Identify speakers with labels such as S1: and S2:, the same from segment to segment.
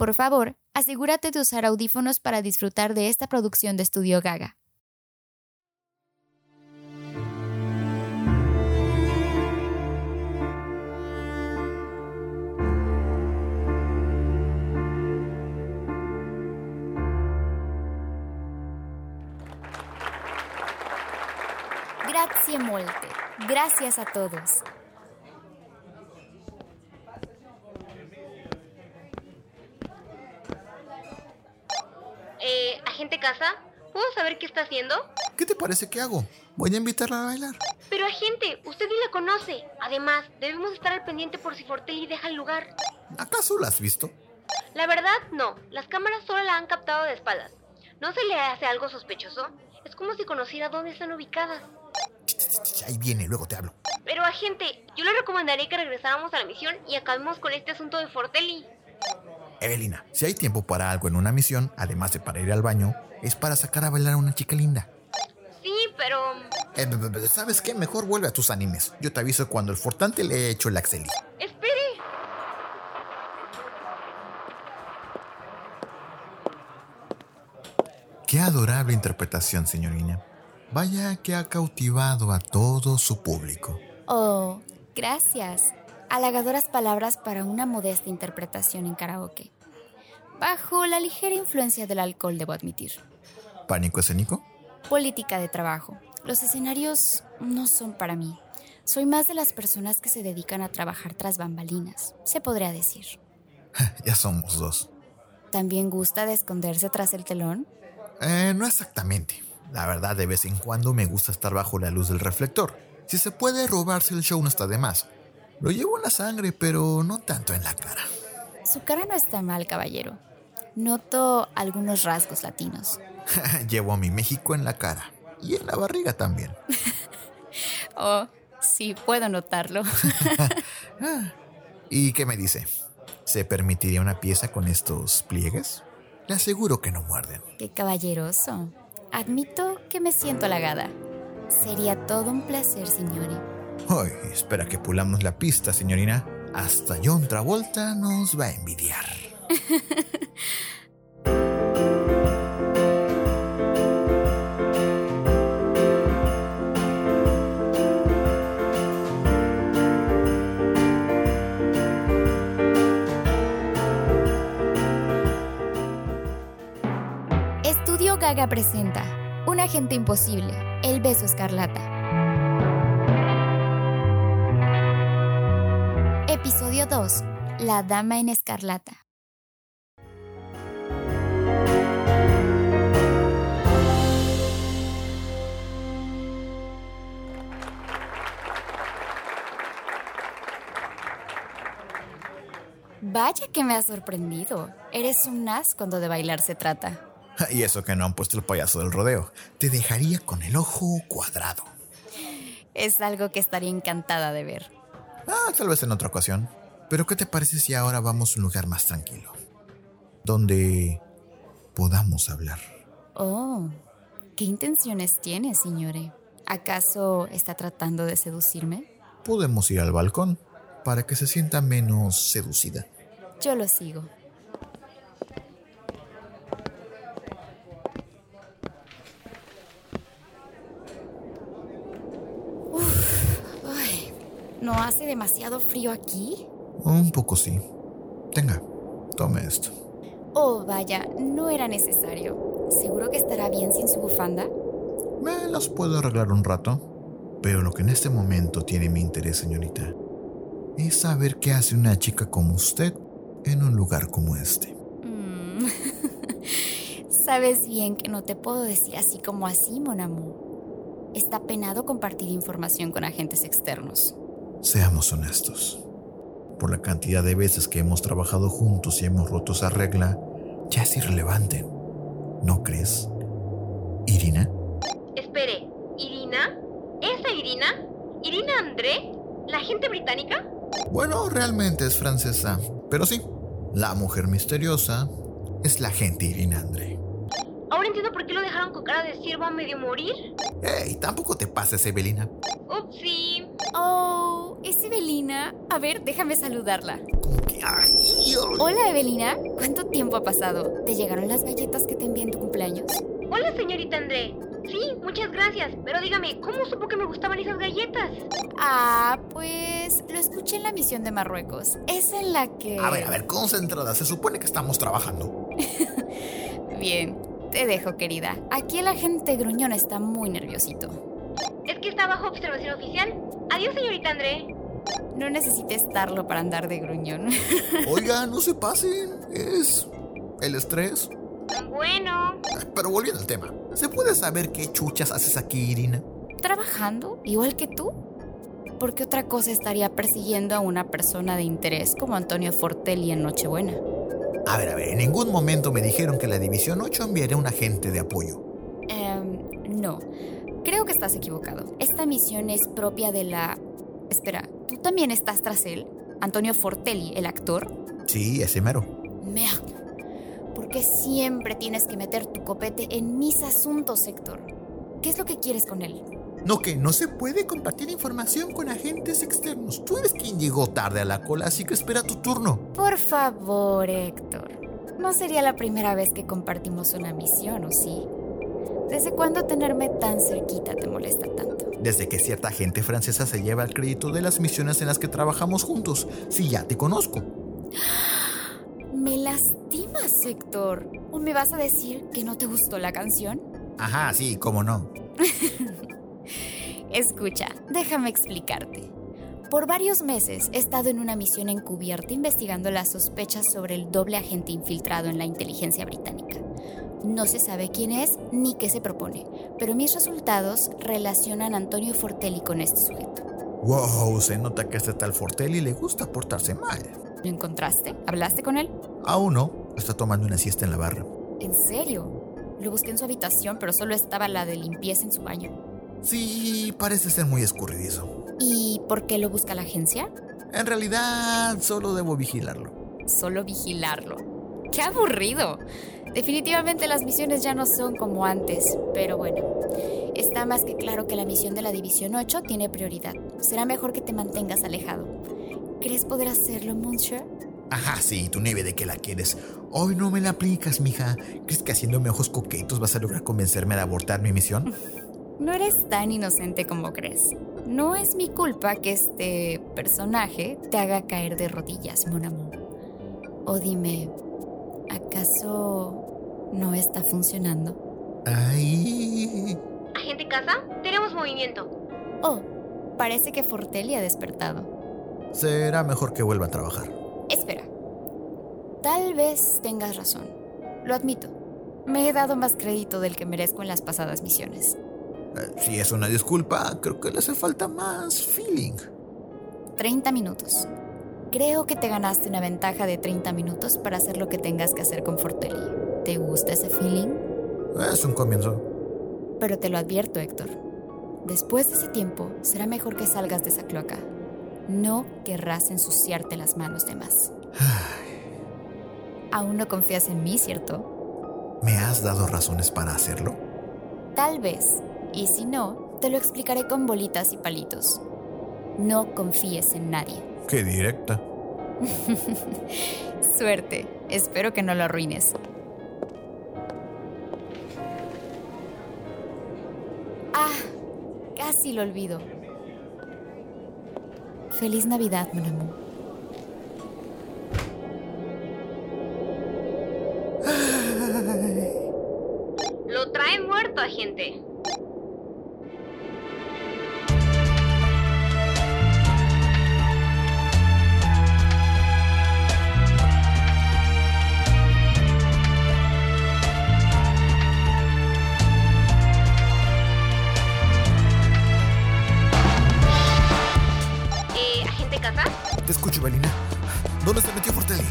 S1: Por favor, asegúrate de usar audífonos para disfrutar de esta producción de Estudio Gaga. Grazie molte. Gracias a todos.
S2: Eh, agente casa, ¿puedo saber qué está haciendo?
S3: ¿Qué te parece que hago? Voy a invitarla a bailar.
S2: Pero agente, usted ni la conoce. Además, debemos estar al pendiente por si Fortelli deja el lugar.
S3: ¿Acaso la has visto?
S2: La verdad, no. Las cámaras solo la han captado de espaldas. ¿No se le hace algo sospechoso? Es como si conociera dónde están ubicadas.
S3: Ch, ch, ch, Ahí viene, luego te hablo.
S2: Pero agente, yo le recomendaría que regresáramos a la misión y acabemos con este asunto de Fortelli.
S3: Evelina, si hay tiempo para algo en una misión, además de para ir al baño, es para sacar a bailar a una chica linda.
S2: Sí, pero...
S3: Eh, b- b- b- ¿Sabes qué? Mejor vuelve a tus animes. Yo te aviso cuando el Fortante le he hecho el axeli.
S2: Espere.
S3: Qué adorable interpretación, señorina. Vaya que ha cautivado a todo su público.
S1: Oh, gracias. Halagadoras palabras para una modesta interpretación en karaoke. Bajo la ligera influencia del alcohol, debo admitir.
S3: ¿Pánico escénico?
S1: Política de trabajo. Los escenarios no son para mí. Soy más de las personas que se dedican a trabajar tras bambalinas, se podría decir.
S3: Ya somos dos.
S1: ¿También gusta de esconderse tras el telón?
S3: Eh, no exactamente. La verdad, de vez en cuando me gusta estar bajo la luz del reflector. Si se puede robarse el show no está de más. Lo llevo en la sangre, pero no tanto en la cara.
S1: Su cara no está mal, caballero. Noto algunos rasgos latinos.
S3: llevo a mi México en la cara. Y en la barriga también.
S1: Oh, sí, puedo notarlo.
S3: ¿Y qué me dice? ¿Se permitiría una pieza con estos pliegues? Le aseguro que no muerden.
S1: Qué caballeroso. Admito que me siento halagada. Sería todo un placer, señores.
S3: Ay, espera que pulamos la pista, señorina. Hasta John Travolta nos va a envidiar.
S1: Estudio Gaga presenta Un agente imposible, El beso escarlata. Episodio 2. La dama en escarlata. Vaya que me has sorprendido. Eres un as cuando de bailar se trata.
S3: Y eso que no han puesto el payaso del rodeo. Te dejaría con el ojo cuadrado.
S1: Es algo que estaría encantada de ver.
S3: Ah, tal vez en otra ocasión. Pero ¿qué te parece si ahora vamos a un lugar más tranquilo? Donde podamos hablar.
S1: Oh, ¿qué intenciones tiene, señore? ¿Acaso está tratando de seducirme?
S3: Podemos ir al balcón para que se sienta menos seducida.
S1: Yo lo sigo. Uf, ay, ¿No hace demasiado frío aquí?
S3: Un poco sí. Tenga, tome esto.
S1: Oh, vaya, no era necesario. ¿Seguro que estará bien sin su bufanda?
S3: Me las puedo arreglar un rato, pero lo que en este momento tiene mi interés, señorita, es saber qué hace una chica como usted en un lugar como este.
S1: Mm. Sabes bien que no te puedo decir así como así, mon amour. Está penado compartir información con agentes externos.
S3: Seamos honestos. Por la cantidad de veces que hemos trabajado juntos y hemos roto esa regla, ya es irrelevante. ¿No crees? Irina,
S2: Espere, ¿Irina? ¿Esa Irina? ¿Irina André? ¿La gente británica?
S3: bueno, realmente es francesa, pero sí, la mujer misteriosa es la gente Irina André.
S2: Ahora entiendo por qué lo dejaron con cara de sierva a medio morir.
S3: ¡Ey! Tampoco te pases, Evelina.
S2: Upsi.
S1: Oh, es Evelina. A ver, déjame saludarla.
S3: Como que, ¡ay!
S1: Hola, Evelina. ¿Cuánto tiempo ha pasado? ¿Te llegaron las galletas que te envié en tu cumpleaños?
S2: Hola, señorita André. Sí, muchas gracias. Pero dígame, ¿cómo supo que me gustaban esas galletas?
S1: Ah, pues lo escuché en la misión de Marruecos. Es en la que...
S3: A ver, a ver, concentrada. Se supone que estamos trabajando.
S1: Bien, te dejo, querida. Aquí el agente gruñón está muy nerviosito.
S2: Es que está bajo observación oficial. Adiós, señorita André.
S1: No necesita estarlo para andar de gruñón.
S3: Oiga, no se pasen. Es el estrés.
S2: Bueno,
S3: Pero volviendo al tema. ¿Se puede saber qué chuchas haces aquí, Irina?
S1: ¿Trabajando? Igual que tú. ¿Por qué otra cosa estaría persiguiendo a una persona de interés como Antonio Fortelli en Nochebuena?
S3: A ver, a ver, en ningún momento me dijeron que la División 8 enviaría un agente de apoyo.
S1: Em, no, creo que estás equivocado. Esta misión es propia de la... Espera, ¿tú también estás tras él? Antonio Fortelli, el actor.
S3: Sí, ese mero.
S1: Merde. ¿Por qué siempre tienes que meter tu copete en mis asuntos, Héctor? ¿Qué es lo que quieres con él?
S3: No, que no se puede compartir información con agentes externos. Tú eres quien llegó tarde a la cola, así que espera tu turno.
S1: Por favor, Héctor. No sería la primera vez que compartimos una misión, ¿o sí? ¿Desde cuándo tenerme tan cerquita te molesta tanto?
S3: Desde que cierta agente francesa se lleva el crédito de las misiones en las que trabajamos juntos, si ya te conozco.
S1: Me lastimas, Héctor. ¿O me vas a decir que no te gustó la canción?
S3: Ajá, sí, cómo no.
S1: Escucha, déjame explicarte. Por varios meses he estado en una misión encubierta investigando las sospechas sobre el doble agente infiltrado en la inteligencia británica. No se sabe quién es ni qué se propone, pero mis resultados relacionan a Antonio Fortelli con este sujeto.
S3: Wow, se nota que a este tal Fortelli le gusta portarse mal.
S1: ¿Lo encontraste? ¿Hablaste con él?
S3: Aún no, está tomando una siesta en la barra.
S1: ¿En serio? Lo busqué en su habitación, pero solo estaba la de limpieza en su baño.
S3: Sí, parece ser muy escurridizo.
S1: ¿Y por qué lo busca la agencia?
S3: En realidad, solo debo vigilarlo.
S1: solo vigilarlo. ¡Qué aburrido! Definitivamente las misiones ya no son como antes, pero bueno, está más que claro que la misión de la División 8 tiene prioridad. Será mejor que te mantengas alejado. ¿Crees poder hacerlo, Monsieur?
S3: Ajá, sí, tu nieve de que la quieres. Hoy no me la aplicas, mija. ¿Crees que haciéndome ojos coquetos vas a lograr convencerme de abortar mi misión?
S1: No eres tan inocente como crees. No es mi culpa que este personaje te haga caer de rodillas, mon amour. O dime, ¿acaso no está funcionando?
S3: Ay.
S2: agente casa, tenemos movimiento.
S1: Oh, parece que Fortelli ha despertado.
S3: Será mejor que vuelva a trabajar.
S1: Espera. Tal vez tengas razón. Lo admito. Me he dado más crédito del que merezco en las pasadas misiones.
S3: Eh, Si es una disculpa, creo que le hace falta más feeling.
S1: 30 minutos. Creo que te ganaste una ventaja de 30 minutos para hacer lo que tengas que hacer con Fortelli. ¿Te gusta ese feeling?
S3: Es un comienzo.
S1: Pero te lo advierto, Héctor. Después de ese tiempo, será mejor que salgas de esa cloaca. No querrás ensuciarte las manos de más. Aún no confías en mí, ¿cierto?
S3: ¿Me has dado razones para hacerlo?
S1: Tal vez, y si no, te lo explicaré con bolitas y palitos. No confíes en nadie.
S3: Qué directa.
S1: Suerte, espero que no lo arruines. Ah, casi lo olvido. Feliz Navidad, mon amour.
S2: Lo trae muerto, agente. Eh, agente casa,
S3: Te escucho, Belina. ¿Dónde se metió Fortelli?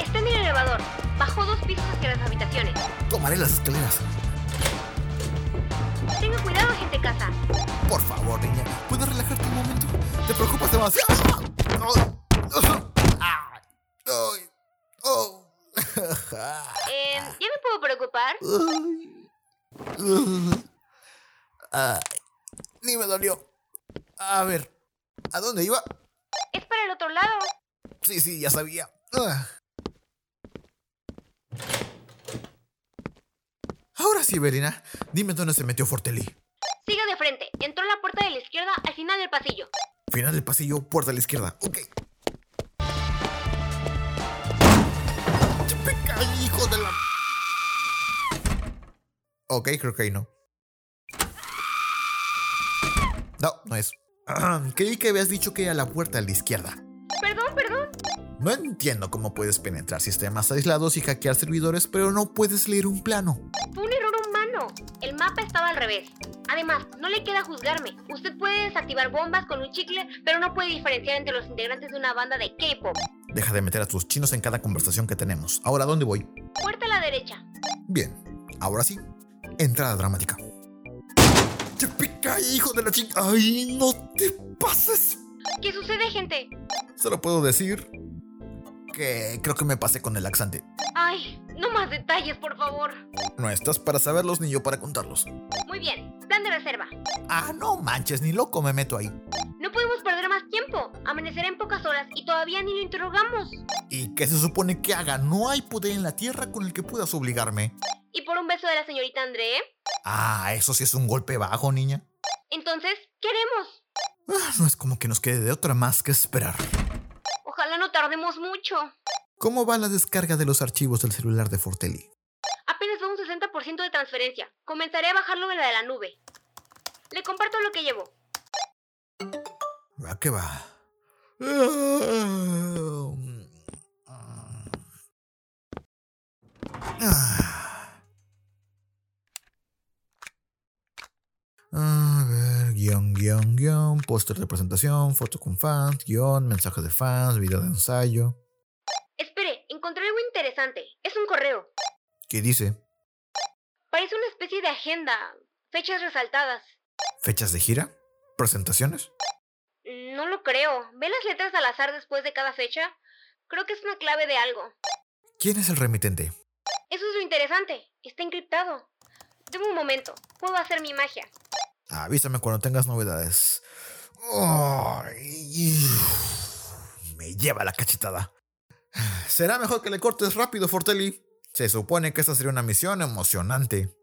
S2: está en el elevador. Bajó dos pisos hacia las habitaciones.
S3: Tomaré las escaleras.
S2: Tenga cuidado, agente casa.
S3: Por favor, niña, ¿puedes relajarte un momento? Te preocupas demasiado. Ay, ay, oh.
S2: Eh, ¿Ya me puedo preocupar?
S3: Ay, ni me dolió. A ver, ¿a dónde iba?
S2: Es para el otro lado.
S3: Sí, sí, ya sabía. Ah, Siberina, dime dónde se metió Fortelí.
S2: Sigue de frente. Entró a la puerta de la izquierda al final del pasillo.
S3: Final del pasillo, puerta a la izquierda. Ok. ¡Chupica, hijo de la... Ok, creo que ahí no. No, no es. Creí que habías dicho que era la puerta a la izquierda.
S2: Perdón, perdón.
S3: No entiendo cómo puedes penetrar sistemas aislados y hackear servidores, pero no puedes leer un plano.
S2: Fue un error humano. El mapa estaba al revés. Además, no le queda juzgarme. Usted puede desactivar bombas con un chicle, pero no puede diferenciar entre los integrantes de una banda de K-pop.
S3: Deja de meter a tus chinos en cada conversación que tenemos. Ahora, ¿a ¿dónde voy?
S2: Puerta a la derecha.
S3: Bien, ahora sí. Entrada dramática. ¡Te pica, hijo de la chica! ¡Ay, no te pases!
S2: ¿Qué sucede, gente?
S3: Solo puedo decir que creo que me pasé con el laxante.
S2: Ay, no más detalles, por favor.
S3: No estás para saberlos ni yo para contarlos.
S2: Muy bien, plan de reserva.
S3: Ah, no manches, ni loco me meto ahí.
S2: No podemos perder más tiempo. Amanecerá en pocas horas y todavía ni lo interrogamos.
S3: ¿Y qué se supone que haga? No hay poder en la tierra con el que puedas obligarme.
S2: ¿Y por un beso de la señorita André?
S3: Ah, eso sí es un golpe bajo, niña.
S2: Entonces, ¿qué haremos?
S3: Ah, no es como que nos quede de otra más que esperar.
S2: Ojalá no tardemos mucho.
S3: ¿Cómo va la descarga de los archivos del celular de Fortelli?
S2: Apenas va un 60% de transferencia. Comenzaré a bajarlo de la de la nube. Le comparto lo que llevo.
S3: Va que va. Ah. A ver, guión, guión, guión, póster de presentación, foto con fans, guión, mensajes de fans, video de ensayo.
S2: Espere, encontré algo interesante. Es un correo.
S3: ¿Qué dice?
S2: Parece una especie de agenda. Fechas resaltadas.
S3: ¿Fechas de gira? ¿Presentaciones?
S2: No lo creo. ¿Ve las letras al azar después de cada fecha? Creo que es una clave de algo.
S3: ¿Quién es el remitente?
S2: Eso es lo interesante. Está encriptado. Deme un momento. Puedo hacer mi magia.
S3: Avísame cuando tengas novedades. Ay, me lleva la cachetada. Será mejor que le cortes rápido, Fortelli. Se supone que esta sería una misión emocionante.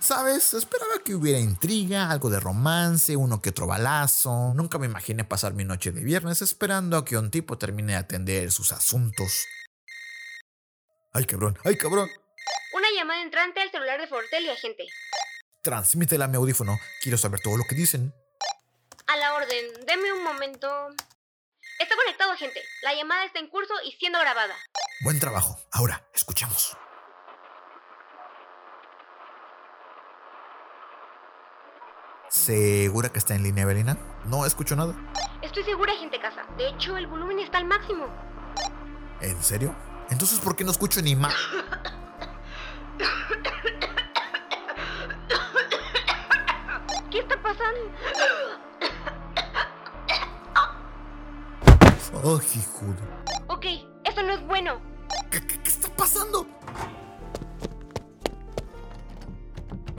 S3: ¿Sabes? Esperaba que hubiera intriga, algo de romance, uno que otro balazo. Nunca me imaginé pasar mi noche de viernes esperando a que un tipo termine de atender sus asuntos. ¡Ay, cabrón! ¡Ay, cabrón!
S2: Una llamada entrante al celular de Fortelli, agente.
S3: Transmítela a mi audífono. Quiero saber todo lo que dicen.
S2: A la orden. Deme un momento. Está conectado, agente. La llamada está en curso y siendo grabada.
S3: Buen trabajo. Ahora, escuchamos. ¿Segura que está en línea, Evelina? No escucho nada.
S2: Estoy segura, agente casa. De hecho, el volumen está al máximo.
S3: ¿En serio? Entonces, ¿por qué no escucho ni más?
S2: ¿Qué está pasando?
S3: ¡Oh, hijudo!
S2: Ok, eso no es bueno.
S3: ¿Qué, qué- qué está pasando?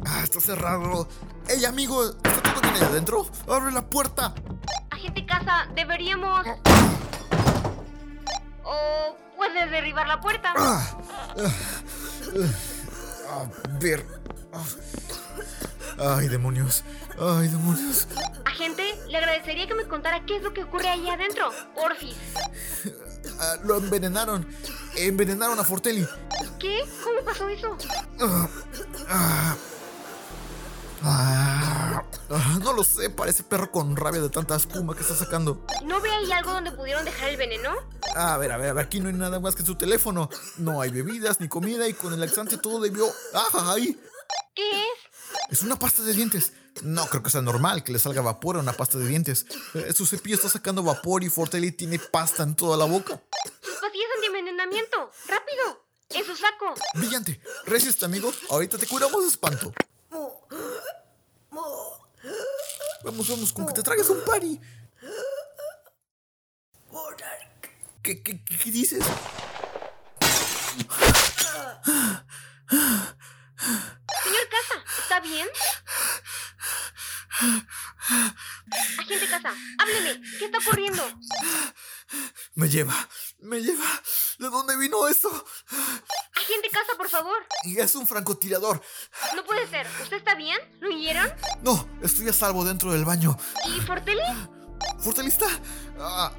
S3: Ah, está cerrado. ¡Ey, amigo! ¿Está todo bien ahí adentro? ¡Abre la puerta!
S2: Agente casa, deberíamos... O puedes derribar la puerta.
S3: Ah, ah, ah, a ver. Ah. Ay, demonios. Ay, demonios.
S2: Agente, le agradecería que me contara qué es lo que ocurre ahí adentro. Orfis.
S3: Ah, lo envenenaron. Envenenaron a Fortelli.
S2: ¿Qué? ¿Cómo pasó eso?
S3: Ah, ah, ah, ah, no lo sé, parece perro con rabia de tanta espuma que está sacando.
S2: ¿No ve ahí algo donde pudieron dejar el veneno?
S3: A ver, a ver, a ver, aquí no hay nada más que su teléfono. No hay bebidas ni comida y con el laxante todo debió. ¡Ajá! ¡Ahí!
S2: ¿Qué es?
S3: Es una pasta de dientes. No creo que sea normal que le salga vapor a una pasta de dientes. Eh, su cepillo está sacando vapor y Fortelli tiene pasta en toda la boca.
S2: Sus pastillas antienvenenamiento. ¡Rápido! ¡En su saco!
S3: Brillante. Resiste, amigo. Ahorita te curamos de espanto. Vamos, vamos, con que te tragues un party. ¿Qué, qué, qué- qué dices?
S2: Señor Casa, ¿está bien? Agente Casa, hábleme. ¿Qué está ocurriendo?
S3: Me lleva, me lleva. ¿De dónde vino eso?
S2: Agente Casa, por por favor.
S3: Y es un francotirador.
S2: No puede ser. ¿Usted está bien? ¿Lo hirieron?
S3: No, estoy a salvo dentro del baño.
S2: ¿Y Fortelli?
S3: ¿Fortalista? Ah,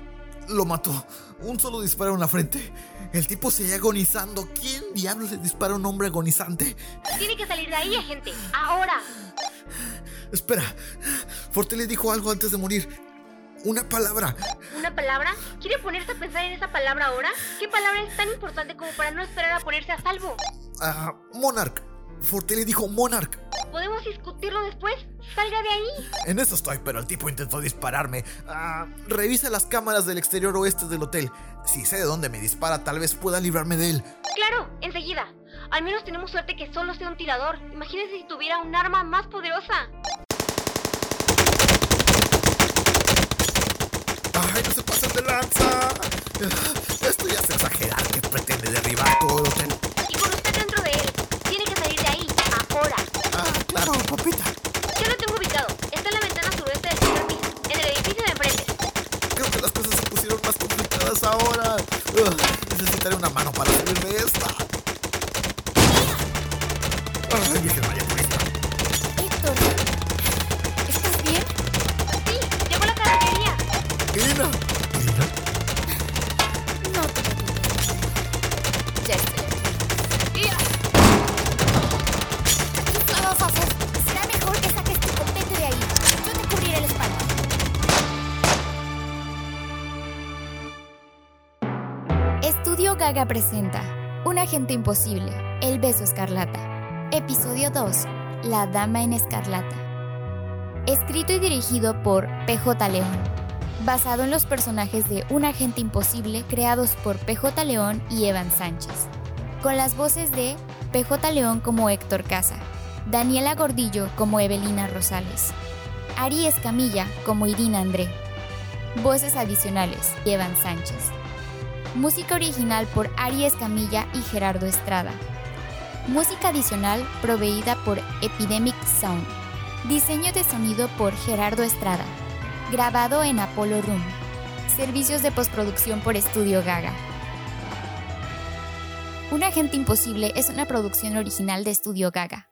S3: lo mató. Un solo disparo en la frente. El tipo se agonizando. ¿Quién diablos le dispara a un hombre agonizante?
S2: Tiene que salir de ahí, agente. Ahora.
S3: Espera. Fortelli dijo algo antes de morir. Una palabra.
S2: ¿Una palabra? ¿Quiere ponerse a pensar en esa palabra ahora? ¿Qué palabra es tan importante como para no esperar a ponerse a salvo?
S3: Ah, Monarch. Fortelli dijo Monarch.
S2: ¿Podemos discutirlo después? ¡Salga de ahí!
S3: En eso estoy, pero el tipo intentó dispararme. Ah, revisa las cámaras del exterior oeste del hotel. Si sé de dónde me dispara, tal vez pueda librarme de él.
S2: ¡Claro! ¡Enseguida! Al menos tenemos suerte que solo sea un tirador. Imagínense si tuviera un arma más poderosa.
S3: ¡Ay, no se pasen de lanza! Esto ya es exagerar que pretende derribar todo el hotel.
S2: Y con usted dentro de él. Tiene que salir de ahí. Ahora.
S3: Ah, claro, papita.
S2: Ya lo tengo ubicado. Está en la ventana suroeste del primer piso. En el edificio de enfrente.
S3: Creo que las cosas se pusieron más complicadas ahora. Ugh, necesitaré una mano para salir de esta. Ay, Virgen María Purísima.
S1: Héctor, ¿estás bien?
S2: Sí, llegó la carretería.
S3: Irina. ¿Irina?
S1: No te preocupes. Ya estoy aquí. ¡Ya! ¿Qué vamos a hacer? Será mejor que saques tu contento de ahí. Yo te cubriré el espalda. Estudio Gaga presenta Un agente imposible, El beso escarlata. Episodio 2, La dama en escarlata. Escrito y dirigido por PJ León basado en los personajes de Un agente imposible creados por PJ León y Evan Sánchez, con las voces de PJ León como Héctor Casa, Daniela Gordillo como Evelina Rosales, Ari Escamilla como Irina André, voces adicionales Evan Sánchez, música original por Ari Escamilla y Gerardo Estrada, música adicional proveída por Epidemic Sound, diseño de sonido por Gerardo Estrada grabado en Apollo Room. Servicios de postproducción por Estudio Gaga. Un agente imposible es una producción original de Estudio Gaga,